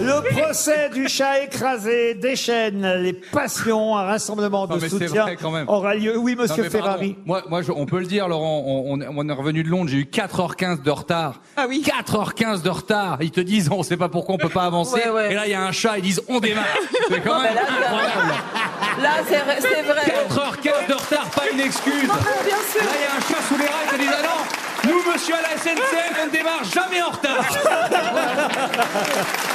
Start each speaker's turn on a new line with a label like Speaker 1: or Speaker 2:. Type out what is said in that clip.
Speaker 1: Le procès du chat écrasé déchaîne les passions. Un rassemblement de
Speaker 2: Non, mais c'est
Speaker 1: soutien
Speaker 2: vrai, quand même.
Speaker 1: aura lieu. Oui,
Speaker 2: Non,
Speaker 1: monsieur
Speaker 2: mais pardon.
Speaker 1: Ferrari.
Speaker 2: Moi, moi je- on peut le dire, Laurent, on, on- on est revenu de Londres, j'ai eu 4h15 de retard.
Speaker 3: Ah oui.
Speaker 2: 4h15 de retard. Ils te disent, on sait pas pourquoi on peut pas avancer.
Speaker 3: Ouais, ouais.
Speaker 2: Et là, il y a un chat, ils disent, on démarre. C'est quand même
Speaker 3: là,
Speaker 2: incroyable.
Speaker 3: Là, c'est vrai. c'est vrai.
Speaker 2: 4h15 de retard, pas une excuse.
Speaker 3: Non, non, bien sûr.
Speaker 2: Là, il y a un chat sous les rails, ils te disent, ah non, nous, monsieur à la SNCF, on ne démarre jamais en retard.